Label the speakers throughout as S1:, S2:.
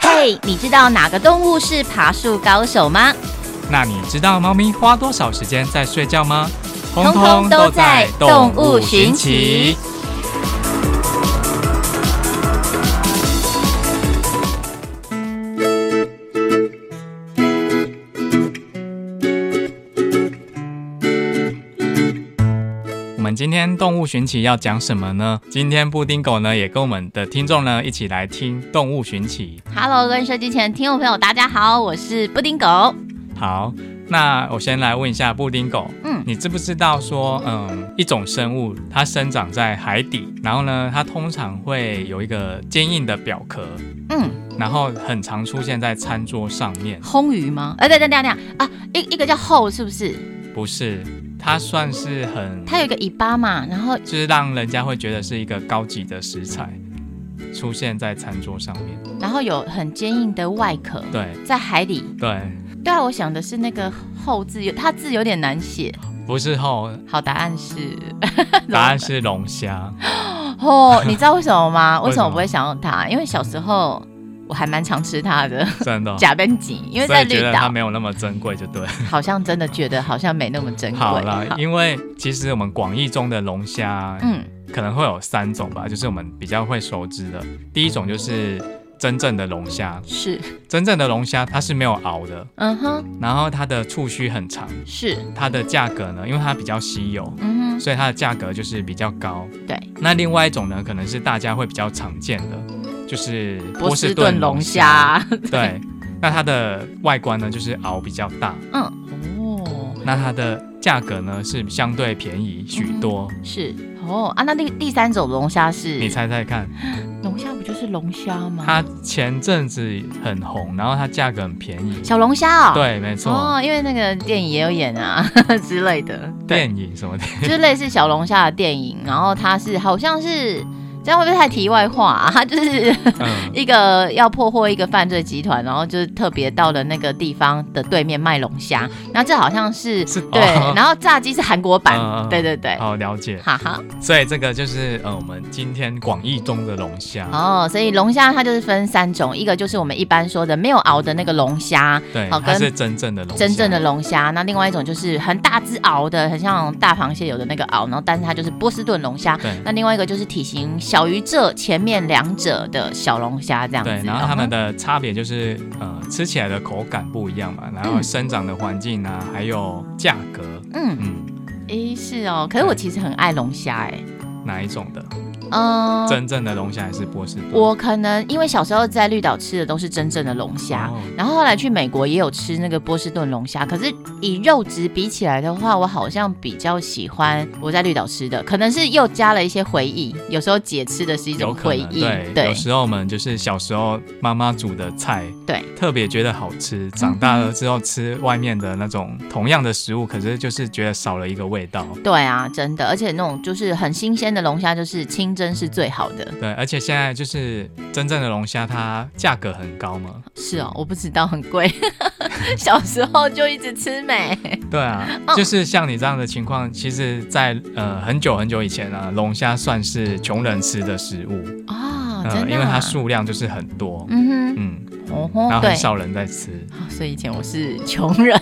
S1: 嘿，你知道哪个动物是爬树高手吗？
S2: 那你知道猫咪花多少时间在睡觉吗？通
S1: 通
S2: 通
S1: 都
S2: 都
S1: 在
S2: 在
S1: 动
S2: 动
S1: 物
S2: 物
S1: 寻
S2: 寻
S1: 奇
S2: 奇。我们今天动物寻奇要讲什么呢？今天布丁狗呢也跟我们的听众呢一起来听动物寻奇。
S1: Hello，各位收机前的听众朋友，大家好，我是布丁狗。
S2: 好，那我先来问一下布丁狗，
S1: 嗯
S2: 你知不知道说，嗯，一种生物它生长在海底，然后呢，它通常会有一个坚硬的表壳，
S1: 嗯，
S2: 然后很常出现在餐桌上面。
S1: 烘鱼吗？哎、对对对对啊，一一个叫后是不是？
S2: 不是，它算是很，
S1: 它有一个尾巴嘛，然后
S2: 就是让人家会觉得是一个高级的食材，出现在餐桌上面。
S1: 然后有很坚硬的外壳，
S2: 对
S1: 在海里。
S2: 对，
S1: 对啊，我想的是那个后字，有它字有点难写。
S2: 不是后，
S1: 好，答案是
S2: 答案是龙虾。
S1: 哦，你知道为什么吗？为
S2: 为
S1: 什
S2: 什么
S1: 么我不会想到它？因为小时候我还蛮常吃它的
S2: 真的哦、
S1: 假边吉，因为
S2: 所
S1: 在
S2: 以觉
S1: 绿
S2: 得它
S1: 岛
S2: 没有那么珍贵，就对了。
S1: 好像真的觉得好像没那么珍贵。
S2: 好啦，因为其实我们广义中的龙虾，
S1: 嗯，
S2: 可能会有三种吧，就是我们比较会熟知的。第一种就是真正的龙虾，
S1: 是，
S2: 真正的龙虾它是没有螯的，
S1: 嗯哼，
S2: 然后它的触须很长，
S1: 是，
S2: 它的价格呢，因为它比较稀有，
S1: 嗯
S2: 所以它的价格就是比较高。
S1: 哼，对，
S2: 那另外一种呢，可能是大家会比较常见的，就是
S1: 波
S2: 波
S1: 士
S2: 士
S1: 顿
S2: 顿
S1: 龙
S2: 龙
S1: 虾
S2: 虾。， 对，那它的外观呢就是螯比较大，
S1: 嗯，哦，
S2: 那它的价格呢是相对便宜许多。
S1: 是，哦啊，那第第三种龙虾
S2: 你
S1: 是
S2: 猜猜看，
S1: 嗯龙虾，不就是龙虾吗？
S2: 它前阵子很红，然后它价格很便宜。
S1: 小龙虾哦，，
S2: 对，没错，
S1: 哦，因为那个电影也有演啊 之类的，
S2: 电影什 么的，
S1: 就是类似小龙虾的电影，然后它是好像是这样会不会太题外话啊？ 它就是
S2: 嗯，
S1: 一个要破获一个犯罪集团，然后就是特别到了那个地方的对面卖龙虾，然后这好像是
S2: 是
S1: 对，
S2: 哦
S1: 然后炸鸡是韩国版，
S2: 嗯嗯嗯
S1: 对对对，
S2: 好了解。
S1: 哈哈
S2: 所以这个就是呃，我们今天广义中的龙虾，
S1: 哦，所以龙虾它就是分三种，一个就是我们一般说的没有熬的那个龙虾，
S2: 对，
S1: 好
S2: 它
S1: 跟
S2: 是真正的龙虾，
S1: 真正的龙虾，那另外一种就是很大只熬的，很像大螃蟹有的那个熬，然后但是它就是波士顿龙虾。
S2: 对
S1: 那另外一个就是体型小于这前面两者的小龙虾这样子，
S2: 对，然后它们
S1: 的
S2: 的差别就是呃，吃起来的口感不一样嘛，然后
S1: 嗯
S2: 生长的环境啊，还有价格，
S1: 嗯，
S2: 嗯，
S1: 诶是哦，可是我其实很爱龙虾诶，
S2: 哪一种的？
S1: 嗯，
S2: 真正的龙虾还是波士顿？
S1: 我可能因为小时候在绿岛吃的都是真正的龙虾，
S2: 哦
S1: 然后后来去美国也有吃那个波士顿龙虾，可是以肉质比起来的话，我好像比较喜欢我在绿岛吃的，可能是又加了一些回忆。有时候姐吃的是一
S2: 有
S1: 种
S2: 可
S1: 回
S2: 能
S1: 忆，
S2: 对，有时候我们就是小时候妈妈煮的菜，
S1: 对，嗯
S2: 特别觉得好吃。长大了之后吃外面的那种同样的食物，可是就是觉得少了一个味道。
S1: 对啊，真的，而且那种就是很新鲜的龙虾，就是清蒸是最好的。
S2: 对，而且现在就是真正的龙虾，它价格很高嘛。
S1: 是哦，我不知道，很 贵，小时候就一直吃美。
S2: 对啊
S1: 哦，
S2: 就是像你这样的情况，其实在，呃很久很久以前啊，龙虾算是穷人吃的食物，
S1: 哦，
S2: 嗯，
S1: 真的、啊
S2: 因为它，数量就是很多，
S1: 嗯
S2: 嗯，
S1: 哼，哦
S2: 然
S1: 吼，
S2: 后
S1: 对
S2: 很。少人在吃。
S1: 哦所以以前我是穷 人，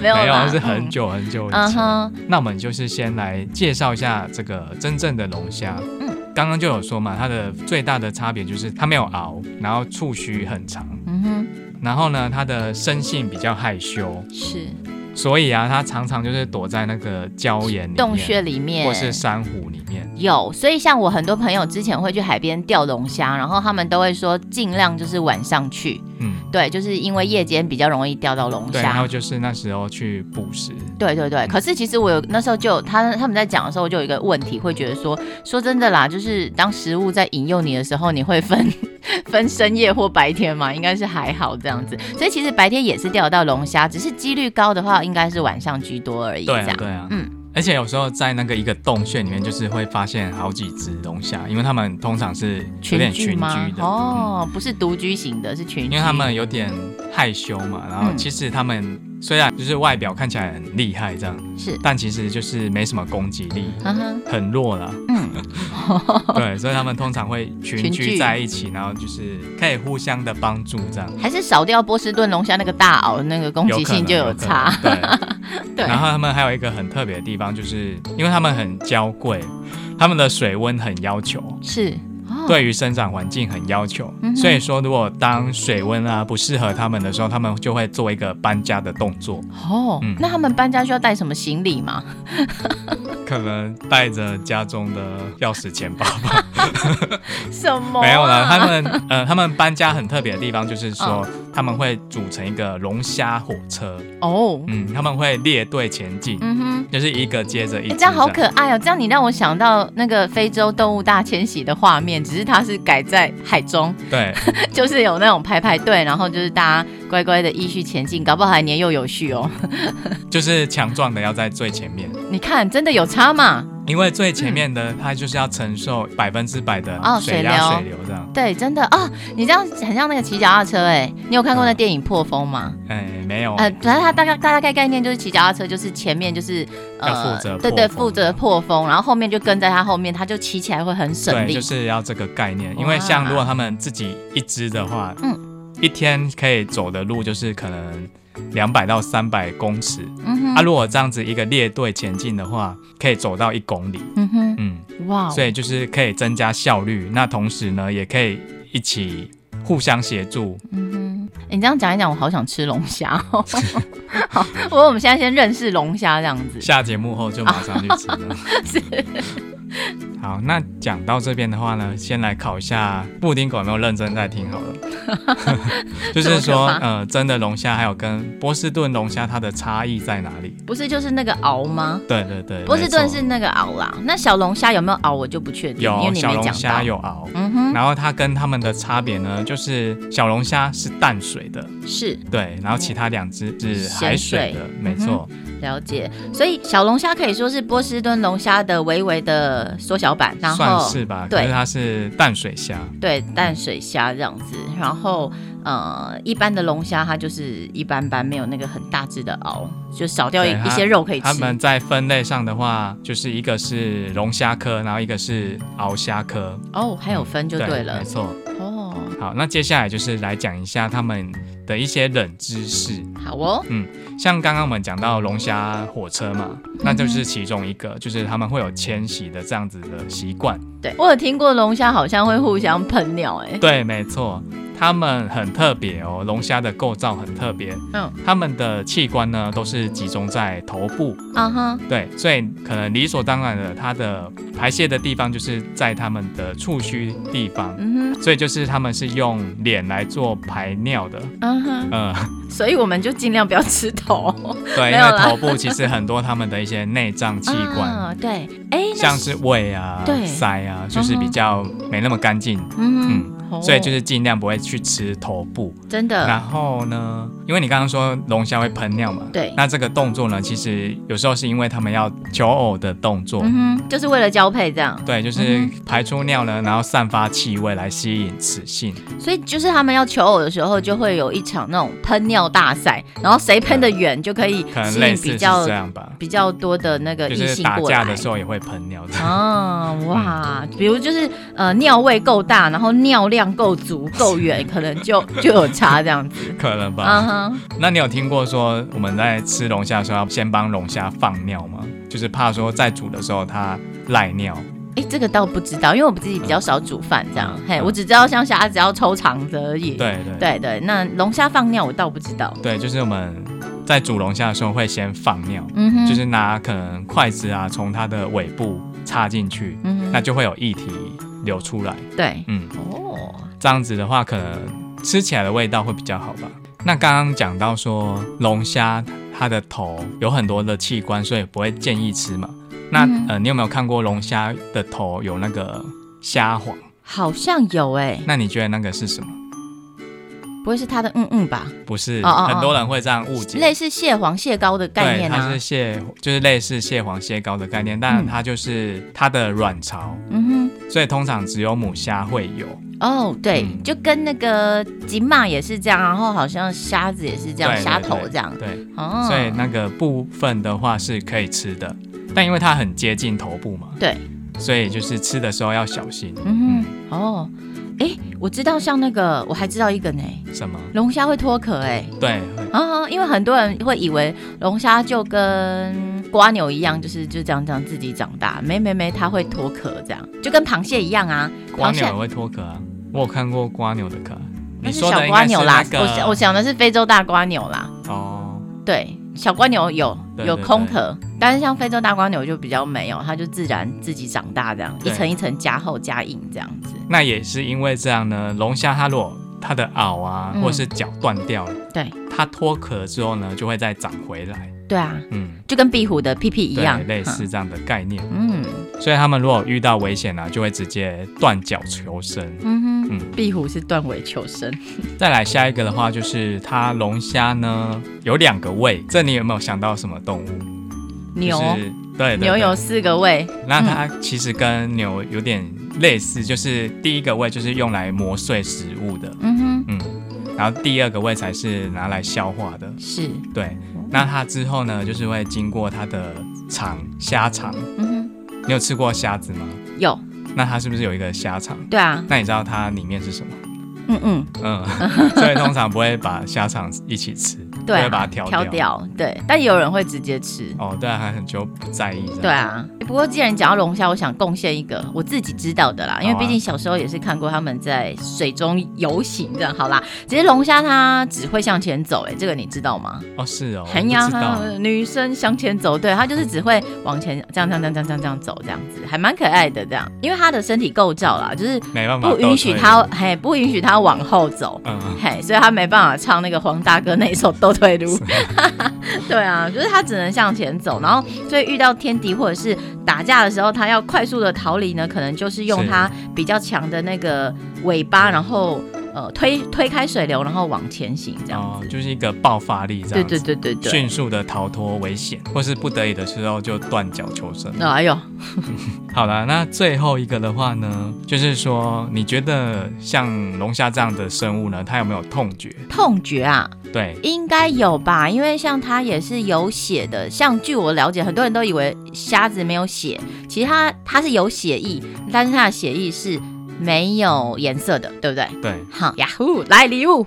S1: 没有
S2: 没
S1: 啦
S2: 有，是很
S1: 嗯
S2: 久很久以
S1: 嗯
S2: 前。
S1: 哼
S2: 那我们就是先来介绍一下这个真正的龙虾。
S1: 嗯
S2: 刚刚就有说嘛，它的最大的差别就是它没有螯，然后触须很长，
S1: 嗯哼，
S2: 然后呢，它的生性比较害羞，
S1: 是
S2: 所以啊，它常常就是躲在那个礁岩里面、
S1: 洞穴里面
S2: 或是珊瑚里面。
S1: 有，所以像我很多朋友之前会去海边钓龙虾，然后他们都会说尽量就是晚上去，
S2: 嗯，
S1: 对，就是因为夜间比较容易钓到龙
S2: 对。然后
S1: 虾。
S2: 就是那时候去捕食，
S1: 对对对，可是其实我有那时候就有他他们在讲的时候，我就有一个问题，会觉得说说真的啦，就是当食物在引诱你的时候，你会分 分深夜或白天嘛？应该是还好这样子，所以其实白天也是钓得到龙虾，只是几率高的话，应该是晚上居多而已。
S2: 对
S1: 这
S2: 啊，
S1: 样
S2: 对啊，
S1: 嗯。
S2: 而且有时候在那个一个洞穴里面，就是会发现好几只龙虾，因为它们通常是有点群居
S1: 吗
S2: 的。嗯
S1: 哦，不是独居型的，是群居。
S2: 因为他们有点害羞嘛，然后
S1: 嗯
S2: 其实他们虽然就是外表看起来很厉害这样，
S1: 是，
S2: 但其实就是没什么攻击力，
S1: 哈哈，
S2: 很弱 啦。
S1: 嗯，
S2: 对，所以他们通常会群
S1: 群
S2: 居
S1: 聚
S2: 在一起，然后就是可以互相的帮助这样。
S1: 还是少掉波士顿龙虾那个大螯，那个攻
S2: 有
S1: 击
S2: 可能
S1: 性就有
S2: 可能
S1: 差。
S2: 对，
S1: 对，
S2: 然后他们还有一个很特别的地方，就是因为他们很娇贵，他们的水温很要求，
S1: 是，哦，
S2: 对于生长环境很要求。
S1: 嗯哼
S2: 所以说，如果当水温啊不适合他们的时候，他们就会做一个搬家的动作，
S1: 哦
S2: 嗯，
S1: 那他们搬家需要带什么行李吗？
S2: 可能带着家中的钥匙、钱包 吧。
S1: 什么啊？
S2: 没有了，他们呃，他们搬家很特别的地方就是说，
S1: 嗯
S2: 他们会组成一个龙虾火车，
S1: 哦，
S2: 嗯，他们会列队前进，
S1: 嗯哼。
S2: 就是一个接着一
S1: 哎、
S2: 个。
S1: 这样好可爱哦！这样你让我想到那个非洲动物大迁徙的画面，只是它是改在海中，
S2: 对，
S1: 就是有那种排排队，然后就是大家乖乖的依序前进，搞不好还年幼有序哦。
S2: 就是强壮的要在最前面，
S1: 你看，真的有差嘛？
S2: 因为最前面的它就是要承受百分之百的
S1: 嗯哦
S2: 水压、水
S1: 水
S2: 流这样。
S1: 对，真的哦。你这样很像那个骑脚踏车哎，你有看
S2: 嗯
S1: 过那电影《破风》吗？
S2: 哎，没有，
S1: 呃，反正它大概大概概念就是骑脚踏车，就是前面就是
S2: 要
S1: 呃
S2: 负责，
S1: 对
S2: 破
S1: 对，
S2: 风
S1: 负责破风，然后后面就跟在它后面，它就骑起来会很省
S2: 对，
S1: 力。
S2: 就是要这个概念。
S1: 哇
S2: 因为像如果他们自己一只的话，嗯，一天可以走的路就是可能两百到三百公尺。
S1: 嗯
S2: 啊，
S1: 哼，
S2: 如果这样子一个列队前进的话，可以走到一公里，
S1: 嗯哼，
S2: 嗯，
S1: 哇哦，
S2: 所以就是可以增加效率。那同时呢，也可以一起互相协助。
S1: 嗯哼，你这样讲一讲，我好想吃龙虾、 哦。好，不过我们现在先认识龙虾这样子。
S2: 下节目后就马上去吃了。好，那讲到这边的话呢，先来考一下布丁狗有没有认真在听 好了。就是
S1: 这么
S2: 说，
S1: 可
S2: 呃，真的龙虾还有跟波士顿龙虾它的差异在哪里？
S1: 不是就是那个螯吗？
S2: 对对对，
S1: 波士顿
S2: 没错
S1: 是那个螯啦。那小龙虾有没有螯？我就不确定，因为
S2: 有
S1: 你
S2: 小
S1: 没
S2: 龙
S1: 讲到
S2: 虾。有螯，
S1: 嗯哼，
S2: 然后它跟它们的差别呢，就是小龙虾是淡水的，
S1: 是
S2: 对，然后其他两只是海水的，没
S1: 嗯
S2: 错，
S1: 了解。所以小龙虾可以说是波士顿龙虾的微微的缩小版，然
S2: 算
S1: 后
S2: 是吧。可
S1: 对
S2: 是它是淡水虾，
S1: 对淡水虾这样子，然后呃，一般的龙虾它就是一般般，没有那个很大只的螯，就少掉一
S2: 对它
S1: 一些肉可以吃
S2: 它。们在分类上的话，就是一个是龙虾科，然后一个是螯虾科，
S1: 哦，还有分就对了
S2: 没。错。
S1: 哦，
S2: 好，那接下来就是来讲一下它们的一些冷知识，
S1: 好哦，
S2: 像刚刚我们讲到龙虾火车嘛，那就是其中一个，就是他们会有迁徙的这样子的习惯。
S1: 对我有听过龙虾好像会互相喷尿、哎，
S2: 对，没错，它们很特别哦，龙虾的构造很特别，
S1: 嗯，
S2: 它们的器官呢都是集中在头部，
S1: 啊哈，
S2: 对，所以可能理所当然的，它的排泄的地方就是在它们的触须地方，
S1: 嗯哼，
S2: 所以就是他们是用脸来做排尿的，
S1: 嗯哼，
S2: 嗯，
S1: 所以我们就尽量不要吃头没
S2: 对，因
S1: 有
S2: 为
S1: 啦
S2: 头部其实很多他们的一些内脏器官，
S1: 啊对，哎、那
S2: 像是胃啊、
S1: 对
S2: 腮啊，就是比较没那么干净，
S1: 嗯哼，哦
S2: 所以就是尽量不会去吃头部。
S1: 真的
S2: 然后呢，因为你刚刚说龙虾会喷尿嘛，
S1: 对
S2: 那这个动作呢，其实有时候是因为他们要求偶的动作。
S1: 嗯哼，就是为了交配这样，
S2: 对，就是
S1: 嗯
S2: 排出尿呢，然后散发气味来吸引雌性。
S1: 所以就是他们要求偶的时候，就会有一场那种喷尿大赛，然后谁喷的远就可以
S2: 可能
S1: 吸
S2: 类
S1: 引
S2: 似
S1: 比
S2: 是
S1: 较
S2: 这样吧，
S1: 比较多的那个
S2: 就
S1: 异
S2: 是
S1: 性
S2: 打
S1: 过
S2: 架
S1: 来。
S2: 的时候也会喷尿的。
S1: 啊，哇！比如就是呃，尿味够大，然后尿量够足、够远，可能就 就有差这样子。
S2: 可能吧。
S1: 嗯哼，
S2: 那你有听过说我们在吃龙虾的时候要先帮龙虾放尿吗？就是怕说在煮的时候它赖尿。
S1: 哎，这个倒不知道，因为我们自己比较少煮饭这样
S2: 嗯。
S1: 嘿，
S2: 嗯
S1: 我只知道像虾只要抽肠子而已。
S2: 对对
S1: 对对，那龙虾放尿我倒不知道。
S2: 对就是我们在煮龙虾的时候会先放尿，
S1: 嗯哼，
S2: 就是拿可能筷子啊从它的尾部插进去，
S1: 嗯哼
S2: 那就会有液体流出来。
S1: 对
S2: 嗯，
S1: 哦，
S2: 这样子的话可能吃起来的味道会比较好吧。那刚刚讲到说龙虾它的头有很多的器官，所以不会建议吃嘛。那、
S1: 嗯
S2: 呃，你有没有看过龙虾的头有那个虾黄？
S1: 好像有哎，
S2: 那你觉得那个是什么？
S1: 不会是它的嗯嗯吧？
S2: 不是，
S1: 哦哦哦
S2: 很多人会这样误解。
S1: 类似蟹黄蟹膏的概念
S2: 对，它
S1: 啊
S2: 是。蟹，就是类似蟹黄蟹膏的概念，但
S1: 嗯
S2: 它就是它的卵巢，
S1: 嗯哼，
S2: 所以通常只有母虾会有。
S1: 哦，对，
S2: 嗯
S1: 就跟那个锦马也是这样，然后好像虾子也是这样，
S2: 对
S1: 虾头这样。
S2: 对，对
S1: 哦，
S2: 所以那个部分的话是可以吃的，但因为它很接近头部嘛，
S1: 对，
S2: 所以就是吃的时候要小心。
S1: 嗯
S2: 嗯，
S1: 哦，哎，我知道，像那个我还知道一个呢，
S2: 什么？
S1: 龙虾会脱壳哎、
S2: 对，
S1: 啊、因为很多人会以为龙虾就跟瓜牛一样，就是就这样这样自己长大，没没没，它会脱壳，这样就跟螃蟹一样啊。
S2: 瓜
S1: 螃
S2: 牛
S1: 蟹
S2: 也会脱壳啊，我有看过瓜牛的壳。
S1: 那
S2: 你
S1: 是
S2: 说
S1: 小
S2: 的应
S1: 瓜
S2: 该是
S1: 牛
S2: 那
S1: 啦，
S2: 个
S1: 我想我想的是非洲大瓜牛啦。
S2: 哦，
S1: 对，小瓜牛有
S2: 对
S1: 有
S2: 对
S1: 空壳，但是像非洲大瓜牛就比较没有，它就自然自己长大，这样一
S2: 对
S1: 层一层加厚加硬这样子。
S2: 那也是因为这样呢，龙虾它如果它的螯啊，
S1: 嗯
S2: 或是脚断掉了，
S1: 对
S2: 它脱壳之后呢，就会再长回来。
S1: 对啊，
S2: 嗯，
S1: 就跟壁虎的屁屁一
S2: 对
S1: 样，
S2: 类似这样的概念。
S1: 嗯。
S2: 所以他们如果遇到危险呢、就会直接断脚求生。
S1: 嗯嗯哼，
S2: 嗯
S1: 壁虎是断尾求生。
S2: 再来下一个的话，就是它龙虾呢有两个胃，这你有没有想到什么动物？
S1: 牛
S2: 就是、对对
S1: 牛
S2: 对
S1: 有嗯四个胃，
S2: 那它其实跟牛有点类似，就是第一个胃就是用来磨碎食物的，
S1: 嗯哼，
S2: 嗯，然后第二个胃才是拿来消化的。
S1: 是，
S2: 对，那它之后呢，就是会经过它的肠虾肠。
S1: 嗯
S2: 你有吃过虾子吗？
S1: 哼，有，
S2: 那它是不是有一个虾肠？
S1: 对啊，
S2: 那你知道它里面是什么？
S1: 嗯嗯，
S2: 嗯，所以通常不会把虾肠一起吃，
S1: 对
S2: 不会把
S1: 啊，
S2: 它挑
S1: 挑掉，对，但有人会直接吃。
S2: 哦，对啊，很就不在意这样。
S1: 对啊，不过既然讲到龙虾，我想贡献一个我自己知道的啦，因为
S2: 好啊
S1: 毕竟小时候也是看过他们在水中游行这样。好啦，其实龙虾它只会向前走、欸，哎，这个你知道吗？
S2: 哦，是哦，
S1: 很
S2: 我
S1: 呀
S2: 不知道，
S1: 女生向前走，对，它就是只会往前这样这样这样这样这样这样走，这样子还蛮可爱的这样，因为它的身体构造啦，就是
S2: 没办法，
S1: 不允许它
S2: 倒退，
S1: 嘿，不允许它往后 走。
S2: 嗯，
S1: 嘿，所以他没办法唱那个黄大哥那一首《斗退路》， 对啊，就是他只能向前走，然后所以遇到天敌或者是打架的时候，他要快速的逃离呢，可能就是用
S2: 是
S1: 他比较强的那个尾巴，然后呃推推开水流，然后往前行这样。
S2: 哦，就是一个爆发力这
S1: 对
S2: 样
S1: 对
S2: 子，
S1: 对对对。
S2: 迅速的逃脱危险，或是不得已的时候就断脚求生。
S1: 那哎呦，
S2: 好了，那最后一个的话呢，就是说，你觉得像龙虾这样的生物呢，它有没有痛觉？
S1: 痛觉啊，
S2: 对，
S1: 应该有吧？因为像它也是有血的，像据我了解，很多人都以为虾子没有血，其实它它是有血液，但是它的血液是没有颜色的，对不对？
S2: 对，
S1: 好呀呼，来礼物，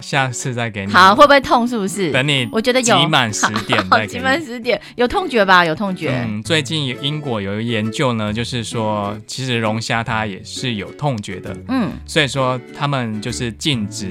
S2: 下次再给你。
S1: 呃好，，会不会痛？是不是？
S2: 等你
S1: 我觉得有
S2: 集嗯满十 点
S1: 好，
S2: 再给
S1: 积
S2: 你。
S1: 满十点，有痛觉吧？有痛觉，
S2: 嗯，最近英国有一研究呢，就是说，其实龙虾它也是有痛觉的，
S1: 嗯，
S2: 所以说他们就是禁止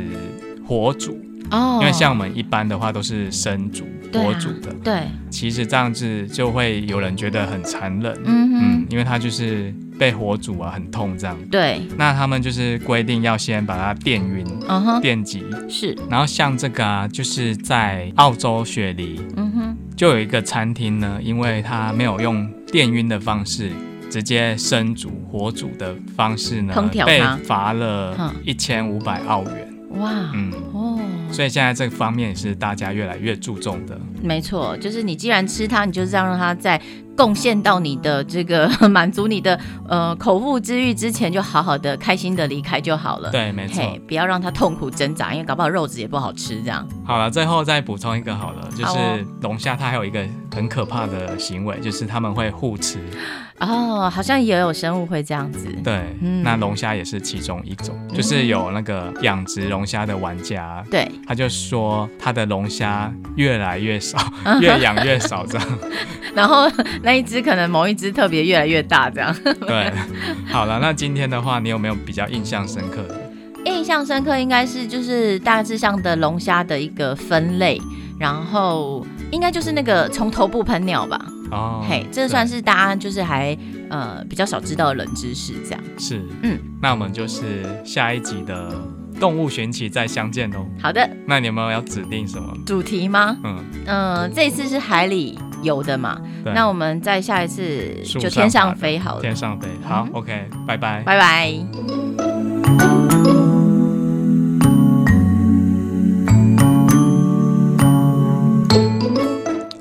S2: 火煮，
S1: 哦，
S2: 因为像我们一般的话都是生煮、
S1: 对啊
S2: 火煮的，
S1: 对，
S2: 其实这样子就会有人觉得很残忍，
S1: 嗯哼，
S2: 因为它就是被火煮啊，很痛这样。
S1: 对，
S2: 那他们就是规定要先把它电晕、
S1: 嗯哼，
S2: 电击，
S1: 是，
S2: 然后像这个啊，就是在澳洲雪梨，
S1: 嗯哼，
S2: 就有一个餐厅呢，因为它没有用电晕的方式，直接生煮、火煮的方式呢
S1: 烹，调
S2: 被
S1: 它
S2: 罚了
S1: 嗯
S2: 一千五百澳元。
S1: 哇，
S2: 嗯，
S1: 哦，
S2: 所以现在这个方面也是大家越来越注重的。
S1: 没错，就是你既然吃它，你就是要让它在贡献到你的这个 满足你的呃口腹之欲之前，就好好的开心的离开就好了。，
S2: 对，没错
S1: 呃嘿。，不要让它痛苦挣扎，因为搞不好肉质也不好吃这样。
S2: 好了，最后再补充一个好了，就
S1: 好哦
S2: 是龙虾它还有一个很可怕的行为，就是它们会互吃。
S1: 哦，好像也有生物会这样子。
S2: 对，
S1: 嗯
S2: 那龙虾也是其中一种，就是有那个养殖龙虾的玩家，
S1: 对，
S2: 他就说他的龙虾越来 越少，越养越少这样。
S1: 然后 那一只可能某一只特别越来越大这样。
S2: 对，好了，那今天的话，你有没有比较印象深刻的？
S1: 印象深刻应该是就是大致上的龙虾的一个分类，然后应该就是那个从头部喷尿吧。
S2: 哦，
S1: 嘿，这算是大家就是还呃比较少知道的冷知识，这样。
S2: 对是，
S1: 嗯
S2: 嗯，那我们就是下一集的动物寻奇再相见喽。
S1: 好的，
S2: 那你有没有要指定什么？
S1: 主题吗？
S2: 嗯，
S1: 嗯、这次是海里游的嘛，
S2: 对，
S1: 那我们再下一次
S2: 树
S1: 就
S2: 上
S1: 天上
S2: 爬的
S1: 飞好了，
S2: 天上飞，好、
S1: 嗯
S2: o k 拜拜。
S1: 拜拜。
S3: Thank